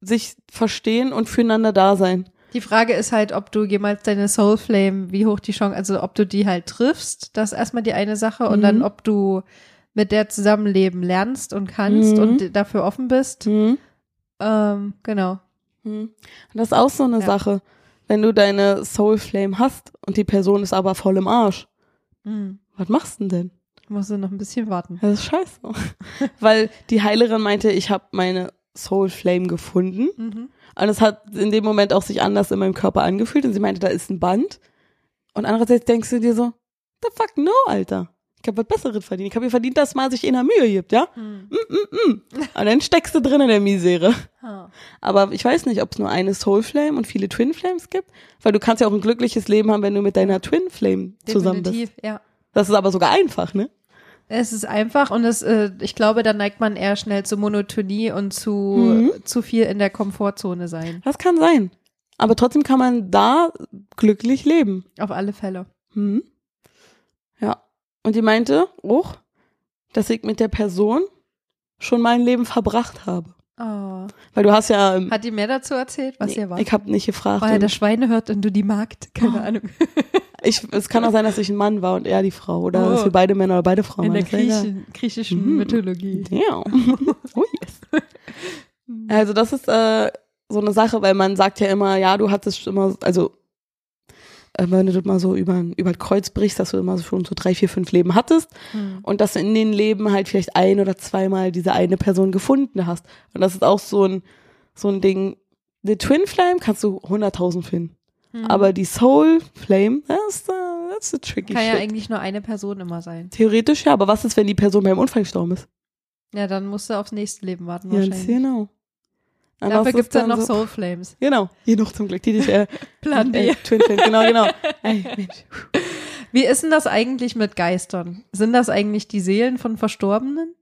sich verstehen und füreinander da sein. Die Frage ist halt, ob du jemals deine Soul Flame, wie hoch die Chance, also ob du die halt triffst, das ist erstmal die eine Sache, und Mhm. dann ob du mit der zusammenleben lernst und kannst Mhm. und dafür offen bist. Mhm. Ähm, genau. Mhm. Und das ist auch so eine Ja. Sache. Wenn du deine Soul Flame hast und die Person ist aber voll im Arsch, Mhm. was machst du denn? denn? Ich muss noch ein bisschen warten. Das ist scheiße. Weil die Heilerin meinte, ich habe meine Soul Flame gefunden. Mhm. Und es hat in dem Moment auch sich anders in meinem Körper angefühlt. Und sie meinte, da ist ein Band. Und andererseits denkst du dir so, the fuck no, Alter. Ich habe was Besseres verdient. Ich habe mir verdient, dass mal sich einer Mühe gibt, ja? Mhm. Und dann steckst du drin in der Misere. Ah. Aber ich weiß nicht, ob es nur eine Soul Flame und viele Twin Flames gibt. Weil du kannst ja auch ein glückliches Leben haben, wenn du mit deiner Twin Flame zusammen bist. Definitiv, ja. Das ist aber sogar einfach, ne? Es ist einfach und es, äh, ich glaube, da neigt man eher schnell zu Monotonie und zu, Mhm. zu viel in der Komfortzone sein. Das kann sein. Aber trotzdem kann man da glücklich leben. Auf alle Fälle. Hm. Ja. Und die meinte auch, dass ich mit der Person schon mein Leben verbracht habe. Oh. Weil du hast ja. ähm, Hat die mehr dazu erzählt, was nee, ihr war? ich habe nicht gefragt. Weil der und Schweine hört und du die magst. Keine Ah, Ahnung. ich, es kann auch sein, dass ich ein Mann war und er die Frau. Oder Oh. dass wir beide Männer oder beide Frauen In der Mhm. waren. Das ist ja Griechen, griechischen oh, Mhm. Mythologie. egal. Ja. Oh yes. Also das ist äh, so eine Sache, weil man sagt ja immer, ja, du hattest immer, also äh, wenn du das mal so über, über das Kreuz brichst, dass du immer so schon so drei, vier, fünf Leben hattest Hm. und dass du in den Leben halt vielleicht ein oder zweimal diese eine Person gefunden hast. Und das ist auch so ein, so ein Ding. Die Twin Flame kannst du 100.000 finden. Mhm. Aber die Soul Flame, that's the, that's the tricky Hm. Kann ja shit. eigentlich nur eine Person immer sein. Theoretisch ja, aber was ist, wenn die Person beim Unfall gestorben ist? Ja, dann musst du aufs nächste Leben warten Ganz wahrscheinlich. genau. Dafür Anders ist gibt's dann noch so- Soul Flames. Genau, hier noch zum Glück, die dich, äh, Plan B. äh, Twin Flame, genau, genau. Ey, Mensch. Wie ist denn das eigentlich mit Geistern? Sind das eigentlich die Seelen von Verstorbenen?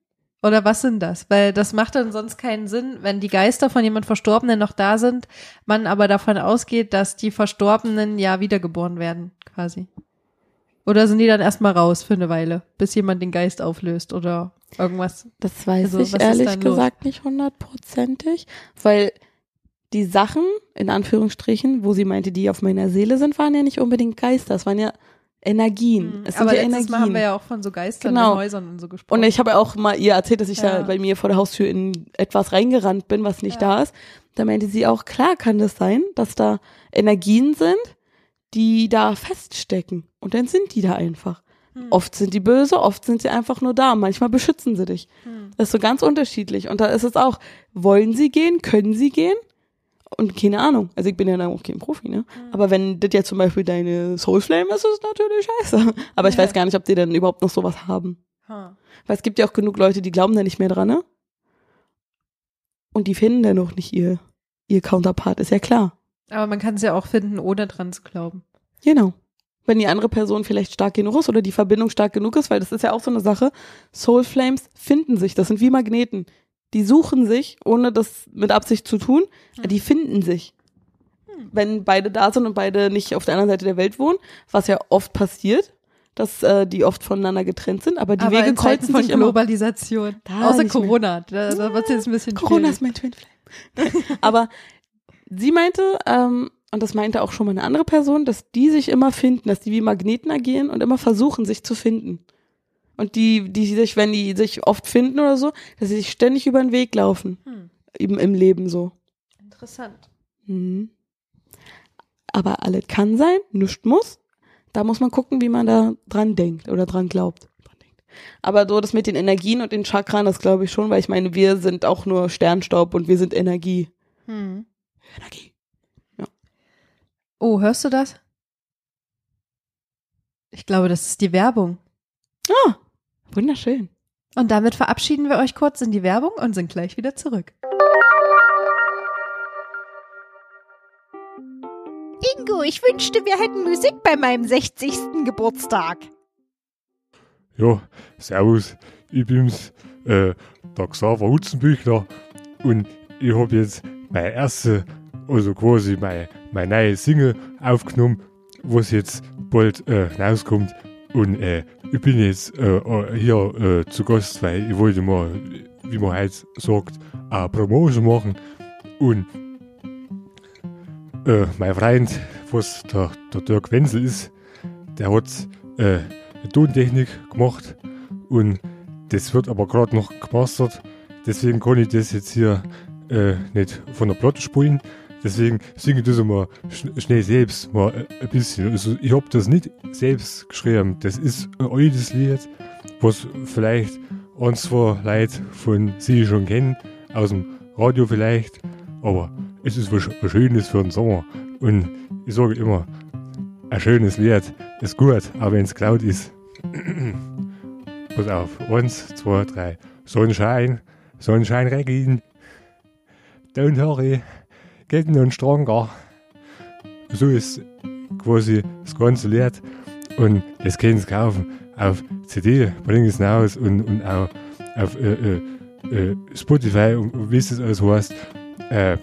Oder was sind das? Weil das macht dann sonst keinen Sinn, wenn die Geister von jemand Verstorbenen noch da sind, man aber davon ausgeht, dass die Verstorbenen ja wiedergeboren werden, quasi. Oder sind die dann erstmal raus für eine Weile, bis jemand den Geist auflöst oder irgendwas? Das weiß Also, was ich ist ehrlich dann los? gesagt nicht hundertprozentig, weil die Sachen, in Anführungsstrichen, wo sie meinte, die auf meiner Seele sind, waren ja nicht unbedingt Geister, es waren ja Energien. Es sind Mhm. Hm, aber ja letztes Energien. Mal haben wir ja auch von so Geistern Genau. in Häusern und so gesprochen. Und ich habe auch mal ihr erzählt, dass ich da Ja. bei mir vor der Haustür in etwas reingerannt bin, was nicht Ja. da ist. Da meinte sie auch, klar kann das sein, dass da Energien sind, die da feststecken. Und dann sind die da einfach. Hm. Oft sind die böse, oft sind sie einfach nur da. Manchmal beschützen sie dich. Hm. Das ist so ganz unterschiedlich. Und da ist es auch, wollen sie gehen, können sie gehen? Und keine Ahnung. Also ich bin ja dann auch kein Profi, ne? Aber wenn das jetzt zum Beispiel deine Soulflame ist, ist es natürlich scheiße. Aber ich Ja. weiß gar nicht, ob die dann überhaupt noch sowas haben. Ha. Weil es gibt ja auch genug Leute, die glauben da nicht mehr dran, ne? Und die finden dann noch nicht ihr, ihr Counterpart, ist ja klar. Aber man kann es ja auch finden, ohne dran zu glauben. Genau. Wenn die andere Person vielleicht stark genug ist oder die Verbindung stark genug ist, weil das ist ja auch so eine Sache. Soul Flames finden sich, das sind wie Magneten. Die suchen sich, ohne das mit Absicht zu tun, Hm. aber die finden sich. Wenn beide da sind und beide nicht auf der anderen Seite der Welt wohnen, was ja oft passiert, dass äh, die oft voneinander getrennt sind, aber die aber Wege in Zeiten kreuzen von sich immer. Globalisation. Da Außer nicht mehr. Corona. Da, da wird es jetzt ein bisschen schwierig. Corona ist mein Twin Flame. Aber sie meinte, ähm, und das meinte auch schon mal eine andere Person, dass die sich immer finden, dass die wie Magneten agieren und immer versuchen, sich zu finden. Und die, die sich, wenn die sich oft finden oder so, dass sie sich ständig über den Weg laufen. Hm. Eben im Leben so. Interessant. Mhm. Aber alles kann sein, nichts muss. Da muss man gucken, wie man da dran denkt oder dran glaubt. Dran denkt. Aber so das mit den Energien und den Chakran, das glaube ich schon, weil ich meine, wir sind auch nur Sternstaub und wir sind Energie. Hm. Energie. Oh, hörst du das? Ich glaube, das ist die Werbung. Ah, wunderschön. Und damit verabschieden wir euch kurz in die Werbung und sind gleich wieder zurück. Ingo, ich wünschte, wir hätten Musik bei meinem 60. Geburtstag. Ja, servus, ich bin's, äh, der Xaver Hutzenbüchler und ich hab jetzt meine erste, also quasi meine, meine neue Single aufgenommen, was jetzt bald äh, rauskommt und äh, ich bin jetzt äh, äh, hier äh, zu Gast, weil ich wollte mal, wie man halt sagt, eine Promotion machen und äh, mein Freund, was der, der Dirk Wenzel ist, der hat äh, eine Tontechnik gemacht und das wird aber gerade noch gemastert. Deswegen kann ich das jetzt hier äh, nicht von der Platte spielen. Deswegen singe ich das mal schn schnell selbst mal äh, ein bisschen. Also ich habe das nicht selbst geschrieben. Das ist ein altes Lied, was vielleicht ein, zwei Leute von Sie schon kennen, aus dem Radio vielleicht. Aber es ist was, was Schönes für den Sommer. Und ich sage immer, ein schönes Lied ist gut, aber wenn's Cloud ist. Pass auf. Eins, zwei, drei. Sonnenschein, Sonnenschein Regin. Don't hurry, get nun stronger. So ist quasi das ganze Lied. Und das können Sie kaufen. Auf CD bringen es raus und, und auch auf äh, äh, äh, Spotify und, und wie es das alles heißt. Äh,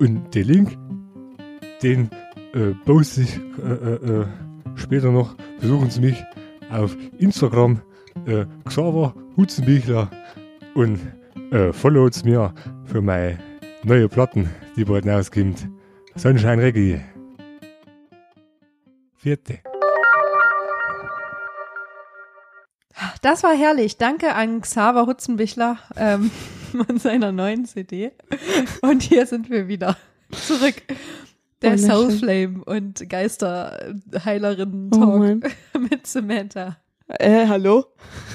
und den Link, den äh, poste ich äh, äh, äh, später noch. Besuchen Sie mich auf Instagram äh, Xaver Hutzenbichler und äh, followt mir für meine neue Platten, die bald rauskommt. Sonnenschein Reggae. Vierte. Das war herrlich. Danke an Xaver Hutzenbichler ähm, und seiner neuen CD. Und hier sind wir wieder zurück. Der Wunderschön. Soulflame und Oh Geisterheilerin-Talk Mann. mit Samantha. Äh, hallo?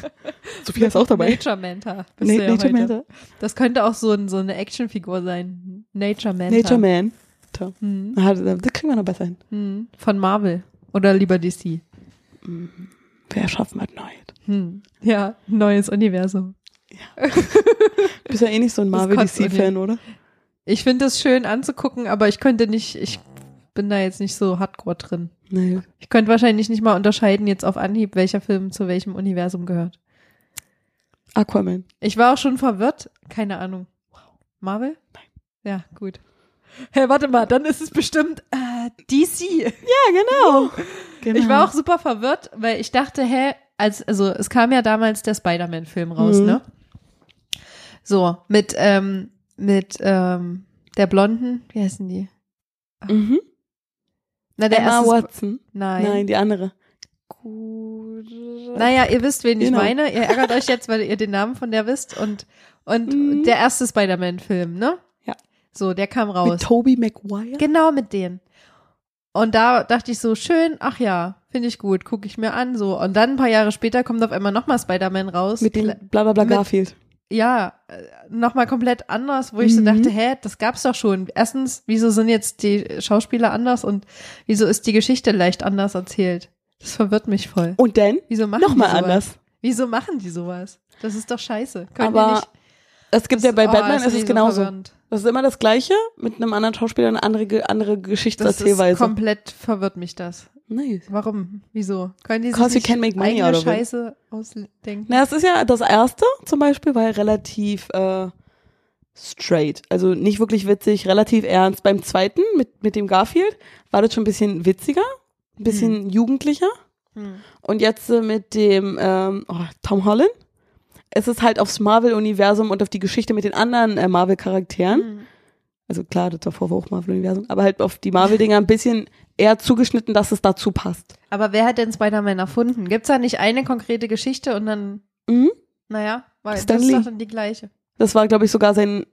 Sophia ist auch dabei. Nature Manta. Bist du Na- ja Nature heute. Man. Das könnte auch so, ein, so eine Actionfigur sein. Nature Manta. Nature Man. Toll. Hm, Ah, das das kriegen wir noch besser hin. hm. Von Marvel. Oder lieber DC. Wir erschaffen halt was Neues. Hm. Ja, neues Universum. Bist ja eh nicht so ein Das Marvel kotzt DC-Fan, oder? Ich finde es schön anzugucken, aber ich könnte nicht, ich bin da jetzt nicht so hardcore drin. Nee. Ich könnte wahrscheinlich nicht mal unterscheiden jetzt auf Anhieb, welcher Film zu welchem Universum gehört. Aquaman. Ich war auch schon verwirrt. Keine Ahnung. Marvel? Nein. Ja, gut. Hey, warte mal, dann ist es bestimmt äh, DC. Ja, genau. Ich war auch super verwirrt, weil ich dachte, hä, als, also es kam ja damals der Spider-Man-Film raus, Mhm. ne? So, mit, ähm, mit ähm, der Blonden, wie heißen die? Mhm. Na, Emma erste Sp- Watson. Nein. Nein. die andere. Naja, ihr wisst, wen Genau. ich meine. Ihr ärgert euch jetzt, weil ihr den Namen von der wisst. Und, und Mhm. der erste Spider-Man-Film, ne? Ja. So, der kam Mit raus. Tobey Maguire? Genau mit denen. Und da dachte ich so, schön, ach ja, finde ich gut, gucke ich mir an, so. Und dann ein paar Jahre später kommt auf einmal nochmal Spider-Man raus. Mit dem Kle- blablabla mit- Garfield. ja, nochmal komplett anders, wo ich so Mhm. dachte, hä, das gab's doch schon. Erstens, wieso sind jetzt die Schauspieler anders und wieso ist die Geschichte leicht anders erzählt? Das verwirrt mich voll. Und dann Wieso machen nochmal die sowas? Oh, anders. Wieso machen die sowas? Das ist doch scheiße. Können die Aber nicht, Es gibt das- ja bei oh, Batman das ist finde es ich genauso. verwirrend. das ist immer das Gleiche mit einem anderen Schauspieler und eine andere, Ge- andere Das ist Geschichtserzählweise. komplett verwirrt mich das. Nice. Warum? Wieso? Können die sich 'Cause you nicht can make money out eigene of it. Scheiße ausdenken? Na, es ist ja das erste zum Beispiel, weil relativ äh, straight, also nicht wirklich witzig, relativ ernst. Beim zweiten mit, mit dem Garfield war das schon ein bisschen witziger, ein bisschen jugendlicher. Hm. Und jetzt äh, mit dem ähm, oh, Tom Holland. Es ist halt aufs Marvel-Universum und auf die Geschichte mit den anderen äh, Marvel-Charakteren. Hm. Also klar, das davor war auch Marvel-Universum, aber halt auf die Marvel-Dinger ein bisschen eher zugeschnitten, dass es dazu passt. Aber wer hat denn Spider-Man erfunden? Gibt's da nicht eine konkrete Geschichte und dann, Mhm. naja, weil Stan das ist Lee. doch dann die gleiche. Das war, glaube ich, sogar sein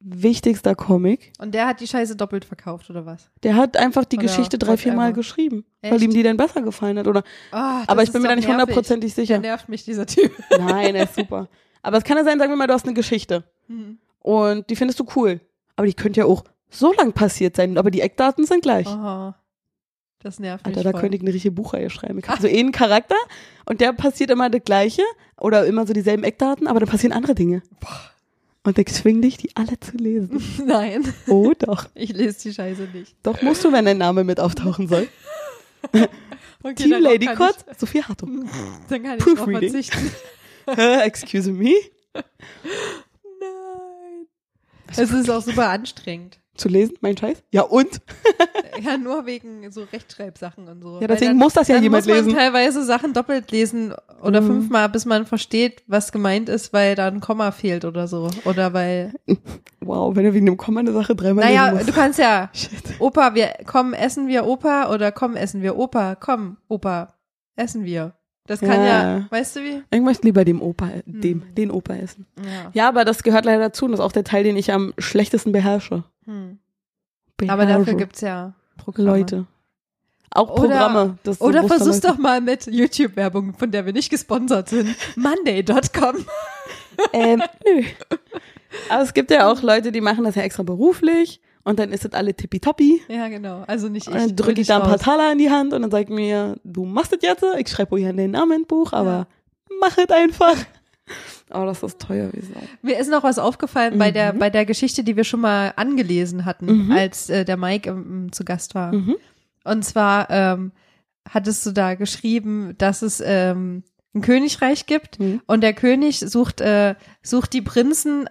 wichtigster Comic. Und der hat die Scheiße doppelt verkauft, oder was? Der hat einfach die Oder Geschichte drei, vier Mal whatever. geschrieben, Echt? weil ihm die dann besser gefallen hat, oder? Ah, das aber ich ist bin mir doch da nicht nervig. hundertprozentig Der sicher. nervt mich, dieser Typ. Nein, er ist super. Aber es kann ja sein, sagen wir mal, du hast eine Geschichte Hm. und die findest du cool. Aber die könnte ja auch so lang passiert sein, aber die Eckdaten sind gleich. Aha. Das nervt Alter, mich da Oh, voll. könnte ich eine richtige Buchreihe schreiben. Ich hab so eh einen Charakter und der passiert immer das Gleiche oder immer so dieselben Eckdaten, aber dann passieren andere Dinge. Und ich zwing dich, die alle zu lesen. Nein, Oh doch. ich lese die Scheiße nicht. Doch musst du, wenn dein Name mit auftauchen soll. Okay, Team darauf Lady kann Kotz, Sophie Hartung. Ich, dann kann ich drauf Proofreading. verzichten. Hä, Excuse me? Nein. Es ist auch super anstrengend. Zu lesen, mein Scheiß? Ja und? Ja, nur wegen so Rechtschreibsachen und so. Ja, Weil deswegen dann, muss das ja dann jemand muss man halt- lesen. teilweise Sachen doppelt lesen oder Mhm. fünfmal, bis man versteht, was gemeint ist, weil da ein Komma fehlt oder so. Oder weil, Wow, wenn du wegen dem Komma eine Sache dreimal naja, lesen du kannst ja, musst. Shit. Opa, wir, komm, essen wir Opa oder komm, essen wir Opa, komm, Opa, essen wir. Das kann ja, Ja. weißt du wie? Ich möchte lieber dem Opa, äh, dem, Hm. den Opa essen. Ja. Ja, aber das gehört leider dazu und das ist auch der Teil, den ich am schlechtesten beherrsche. Hm. Aber dafür also gibt's ja Programme. Leute. Auch Oder- Programme. das so Oder Muster- versuch's doch mal mit YouTube-Werbung, von der wir nicht gesponsert sind. Monday.com. Ähm, nö. Aber es gibt ja auch Leute, die machen das ja extra beruflich und dann ist das alle tippitoppi. Ja, genau. Also nicht ich. Und dann Bin drücke ich nicht da ein paar raus. Taler in Äh, die Hand und dann sagt mir, du machst das jetzt, ich schreibe euch an den Namen im Buch, aber mach es einfach. Oh, das ist teuer, wie Sau. Mir ist noch was aufgefallen bei, der, Mhm. bei der Geschichte, die wir schon mal angelesen hatten, Mhm. als äh, der Mike ähm, zu Gast war. Mhm. Und zwar ähm, hattest du da geschrieben, dass es ähm, ein Königreich gibt Mhm. und der König sucht, äh, sucht die Prinzen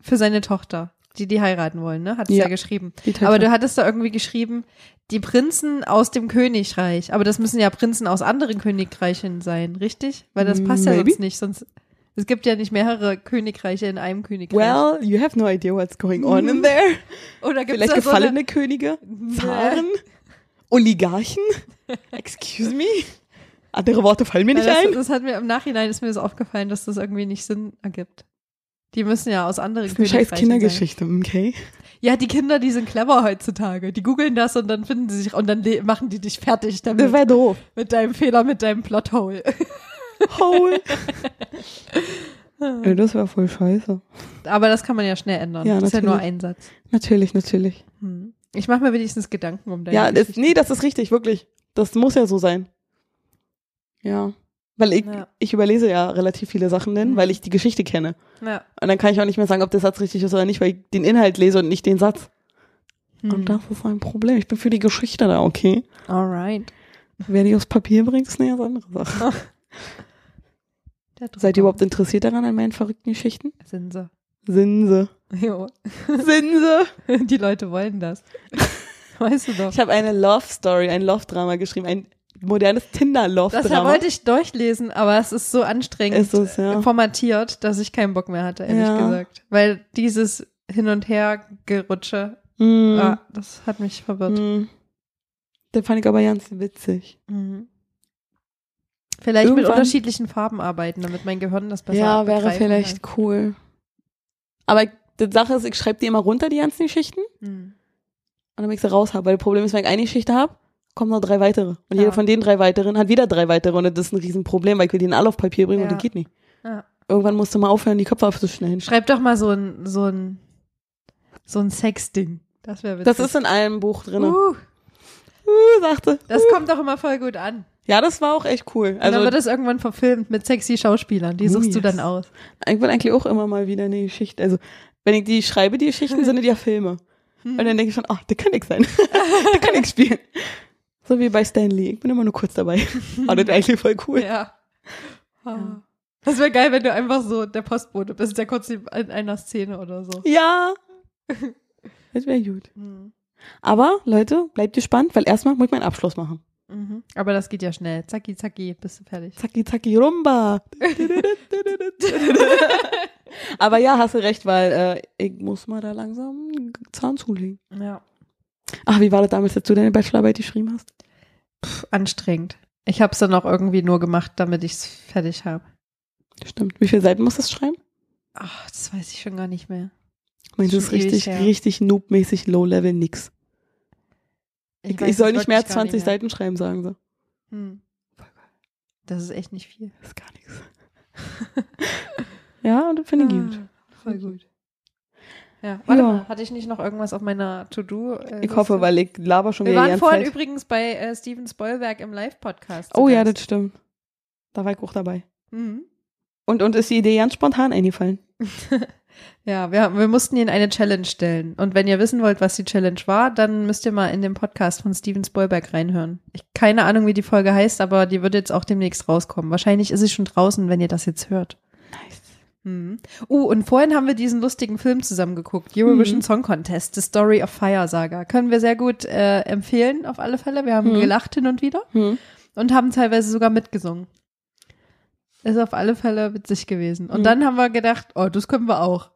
für seine Tochter, die die heiraten wollen, ne? Hattest du ja. Ja. ja geschrieben. Die Aber Tatsache. du hattest da irgendwie geschrieben, die Prinzen aus dem Königreich. Aber das müssen ja Prinzen aus anderen Königreichen sein, richtig? Weil das passt ja Maybe. sonst nicht. Sonst, es gibt ja nicht mehrere Königreiche in einem Königreich. Well, you have no idea what's going on in there. Oder gibt's Vielleicht da so gefallene eine, Könige, Nee. Zaren, Oligarchen. Excuse me. Andere Worte fallen mir Weil nicht das, ein. das hat mir im Nachhinein ist mir das aufgefallen, dass das irgendwie nicht Sinn ergibt. Die müssen ja aus anderen Scheiß Königreichen sein. Kindergeschichte, okay? Ja, die Kinder, die sind clever heutzutage. Die googeln das und dann finden sie sich und dann le- machen die dich fertig damit. wäre doof. Mit deinem Fehler, mit deinem Plothole. Hole. Ah. Ey, das wäre voll scheiße. Aber das kann man ja schnell ändern. Ja, das ist ja nur natürlich. ein Satz. Natürlich, natürlich. Hm. Ich mache mir wenigstens Gedanken um deine Ja, das, Geschichte. nee, das ist richtig, wirklich. Das muss ja so sein. Ja. Weil ich, Ja. ich überlese ja relativ viele Sachen denn, Mhm. weil ich die Geschichte kenne. Ja. Und dann kann ich auch nicht mehr sagen, ob der Satz richtig ist oder nicht, weil ich den Inhalt lese und nicht den Satz. Hm. Und das ist ein Problem. Ich bin für die Geschichte da, okay? Alright. Wer die aufs Papier bringt, ist eine ganz andere Sache. Der Seid Drucker. ihr überhaupt interessiert daran an meinen verrückten Geschichten? Sind sie. Sinse. Jo. Sinse. Die Leute wollen das. Weißt du doch. Ich habe eine Love Story, ein Love Drama geschrieben, ein modernes Tinder Love Das Drama. wollte ich durchlesen, aber es ist so anstrengend Ist es, ja. formatiert, dass ich keinen Bock mehr hatte, ehrlich Ja. gesagt. Weil dieses Hin- und Her-Gerutsche, Mm. ah, das hat mich verwirrt. Mm. Den fand ich aber ganz witzig. Mhm. Vielleicht mit Irgendwann- unterschiedlichen Farben arbeiten, damit mein Gehirn das besser ja, wäre begreifen vielleicht cool. Aber ich, die Sache ist, ich schreibe die immer runter, die ganzen Geschichten, und Kann. Mhm. dann ich sie raus habe. Weil das Problem ist, wenn ich eine Geschichte habe, kommen noch drei weitere. Und Ja. jeder von den drei weiteren hat wieder drei weitere. Und das ist ein Riesenproblem, weil ich will die alle auf Papier bringen und Ja. das geht nicht. Ja. Irgendwann musst du mal aufhören, die Köpfe aufzuschneiden. Schreib doch mal so ein, so ein, so ein Sex-Ding. Das Uh, wäre witzig. Das ist in einem Buch drin. Uh. uh, sagte. Das kommt doch immer voll gut an. Ja, das war auch echt cool. Also, dann Uh. Also wird das irgendwann verfilmt mit sexy Schauspielern. Die Oh, suchst du yes. dann aus. ich will eigentlich auch immer mal wieder eine Geschichte. Also wenn ich die schreibe, die Geschichten sind die ja Filme. Hm. Und dann denke ich schon, ach, der kann nix sein. der kann nix spielen. So wie bei Stanley. Ich bin immer nur kurz dabei. Aber das ist eigentlich voll cool. Ja. Ah. Das wäre geil, wenn du einfach so der Postbote bist, der kurz in einer Szene oder so. Mhm. Ja. Das wäre gut. Aber Leute, bleibt gespannt, weil erstmal muss ich meinen Abschluss machen. Mhm. Aber das geht ja schnell. Zacki, zacki, bist du fertig. Zacki, zacki, rumba. Aber ja, hast du recht, weil äh, ich muss mal da langsam Zahn zulegen. Ja. Ach, wie war das damals, als du deine Bachelorarbeit geschrieben hast? Pff, anstrengend. Ich habe es dann auch irgendwie nur gemacht, damit ich es fertig habe. Stimmt. Wie viele Seiten musst du das schreiben? Ach, das weiß ich schon gar nicht mehr. Meinst du, Schon das ist ewig richtig, her. richtig noob-mäßig low-level nix? Ich, weiß ich soll es nicht mehr als wirklich gar 20 mehr. Seiten schreiben, sagen sie. Hm. Das ist echt nicht viel. Das ist gar nichts. Ja, das finde ich gut. Ah, Voll gut. Ja, warte Ja. mal, hatte ich nicht noch irgendwas auf meiner To-Do? äh, Ich hoffe, Liste? weil ich laber schon Wir wieder die waren ganze vorhin Zeit. übrigens bei äh, Steven Spoilberg im Live-Podcast. zu Oh ja, Gast. das stimmt. Da war ich auch dabei. Mhm. Und, und ist die Idee ganz spontan eingefallen. Ja, wir, wir mussten ihnen eine Challenge stellen. Und wenn ihr wissen wollt, was die Challenge war, dann müsst ihr mal in den Podcast von Steven Spoilberg reinhören. Ich keine Ahnung, wie die Folge heißt, aber die wird jetzt auch demnächst rauskommen. Wahrscheinlich ist sie schon draußen, wenn ihr das jetzt hört. Nice. Mhm. Uh, und vorhin haben wir diesen lustigen Film zusammengeguckt, Eurovision Mhm. Song Contest, The Story of Fire Saga. Können wir sehr gut äh, empfehlen, auf alle Fälle. Wir haben Mhm. gelacht hin und wieder Hm. und haben teilweise sogar mitgesungen. Ist auf alle Fälle witzig gewesen. Und Mhm. dann haben wir gedacht, oh, das können wir auch.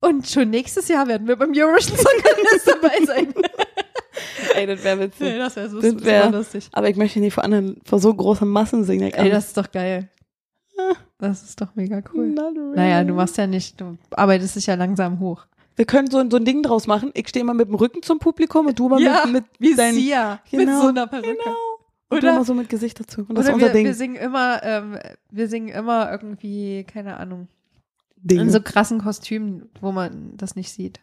Und schon nächstes Jahr werden wir beim Eurovision Song Contest dabei sein. Ey, das wäre Nee, witzig. das wäre so Das das wär- wär lustig. Aber ich möchte nicht vor anderen, vor so großen Massen singen. Ey, das ist doch geil. Ah. Das ist doch mega cool. Naja, du machst ja nicht, du arbeitest dich ja langsam hoch. Wir können so, ein- so ein Ding draus machen. Ich stehe mal mit dem Rücken zum Publikum und du mal Ja, mit, Wie mit deinen. Sia mit Genau, so einer Perücke. Genau. Und du Oder, mal so mit Gesicht dazu. Und das oder ist unser wir, Ding. wir singen immer, ähm, wir singen immer irgendwie, keine Ahnung, Ding. in so krassen Kostümen, wo man das nicht sieht.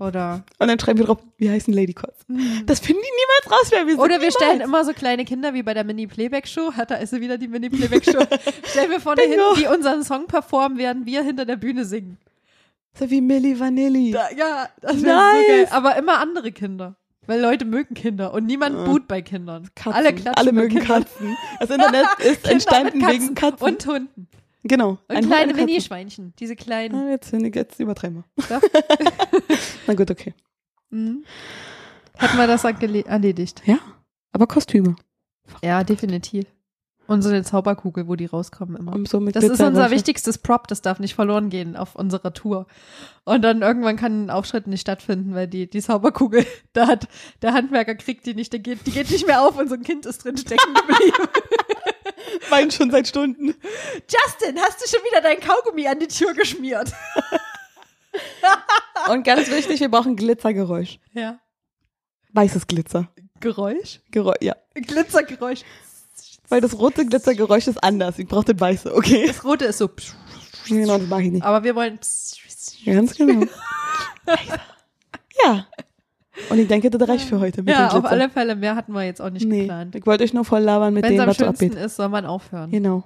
Oder Und dann schreiben wir drauf, wir heißen Lady Cots. Hm. Das finden die niemals raus, wer wir sind. Oder wir niemals. stellen immer so kleine Kinder wie bei der Mini-Playback-Show. Hat, da ist sie wieder die Mini-Playback-Show. stellen wir vorne hin, Bingo. die unseren Song performen, während wir hinter der Bühne singen. So wie Milli Vanilli. Da, ja, das wäre Nice. so geil. Aber immer andere Kinder. Weil Leute mögen Kinder und niemand Ja. buht bei Kindern. Katzen. Alle klatschen Alle mit mögen Kindern. Katzen. Das Internet ist Kinder entstanden mit wegen Katzen. Und Hunden. genau. Und Ein Hund, kleine eine Katze. Mini-Schweinchen. Diese kleinen. Ah, jetzt, finde ich- jetzt übertreiben wir. Doch. Na gut, okay. Mhm. Hat man das angele- erledigt? Ja, aber Kostüme. Ja, definitiv. Und so eine Zauberkugel, wo die rauskommen immer. Und Um so mit Das ist Glitzer- unser wichtigstes Prop, das darf nicht verloren gehen auf unserer Tour. Und dann irgendwann kann ein Aufschritt nicht stattfinden, weil die, die Zauberkugel, da hat der Handwerker kriegt die nicht, der geht, die geht nicht mehr auf und so ein Kind ist drin stecken geblieben. Weinen schon seit Stunden. Justin, hast du schon wieder dein Kaugummi an die Tür geschmiert? Und ganz wichtig, wir brauchen Glitzergeräusch. Ja. Weißes Glitzer. Geräusch? Geräusch, ja. Glitzergeräusch. Weil das rote Glitzergeräusch ist anders. Ich brauche das weiße, okay? Das rote ist so. Genau, das mag ich nicht. Aber wir wollen. Ganz genau. Leiser. ja. Und ich denke, das reicht für heute mit Ja, dem auf Glitzer. alle Fälle. Mehr hatten wir jetzt auch nicht nee, geplant. ich wollte euch nur voll labern mit Wenn es dem, am was so schönsten abgeht. ist, soll man aufhören. Genau.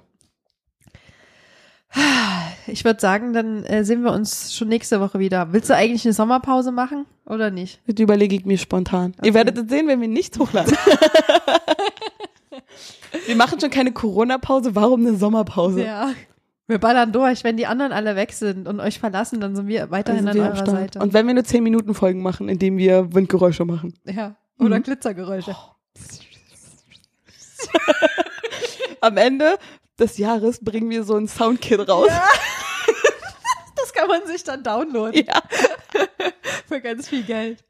Ich würde sagen, dann äh, sehen wir uns schon nächste Woche wieder. Willst du eigentlich eine Sommerpause machen oder nicht? Das überlege ich mir spontan. Ihr werdet es sehen, wenn wir nicht hochladen. wir machen schon keine Corona-Pause, warum eine Sommerpause? Ja. Wir ballern durch. Wenn die anderen alle weg sind und euch verlassen, dann sind wir Dann weiterhin sind an wir am eurer Start. Seite. Und wenn wir nur 10 Minuten Folgen machen, indem wir Windgeräusche machen. ja. Oder Mhm. Glitzergeräusche. Am Ende des Jahres bringen wir so ein Soundkit raus. Das kann man sich dann downloaden Ja. für ganz viel Geld.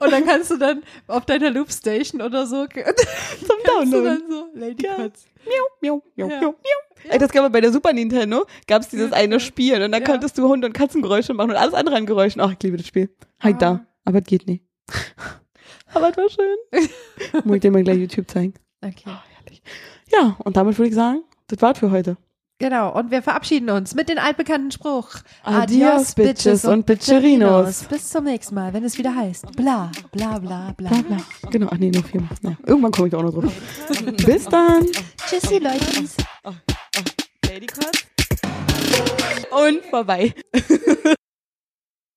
Und dann kannst du dann auf deiner Loopstation oder so Zum kannst du Downloaden. dann so Lady Ja. Cuts. Miau, miau, Ja. miau, miau. Ey, das gab es bei der Super Nintendo, gab es dieses eine Spiel und dann Ja. konntest du Hund- und Katzengeräusche machen und alles andere an Geräuschen. Ach, ich liebe das Spiel. Halt da. Aber es geht nicht. Aber es war schön. Muss ich dir mal gleich YouTube zeigen. Oh, Okay. Ja, und damit würde ich sagen, das war's für heute. Genau, und wir verabschieden uns mit dem altbekannten Spruch. Adios, Bitches und Bitcherinos. Bis zum nächsten Mal, wenn es wieder heißt. Bla, bla, bla, bla. Bla, bla. Genau, ach nee, noch viermal. Ja. Irgendwann komme ich da auch noch drauf. Bis dann. Oh, Tschüssi, Leute. Und vorbei.